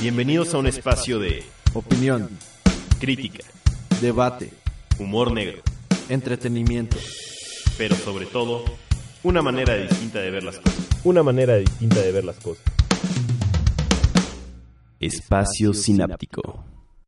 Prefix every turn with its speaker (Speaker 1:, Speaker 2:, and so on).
Speaker 1: Bienvenidos a un espacio de
Speaker 2: Opinión,
Speaker 1: crítica,
Speaker 2: debate,
Speaker 1: humor negro,
Speaker 2: entretenimiento.
Speaker 1: pero sobre todo, una manera distinta de ver las cosas.
Speaker 3: una manera distinta de ver las cosas.
Speaker 1: Espacio sináptico.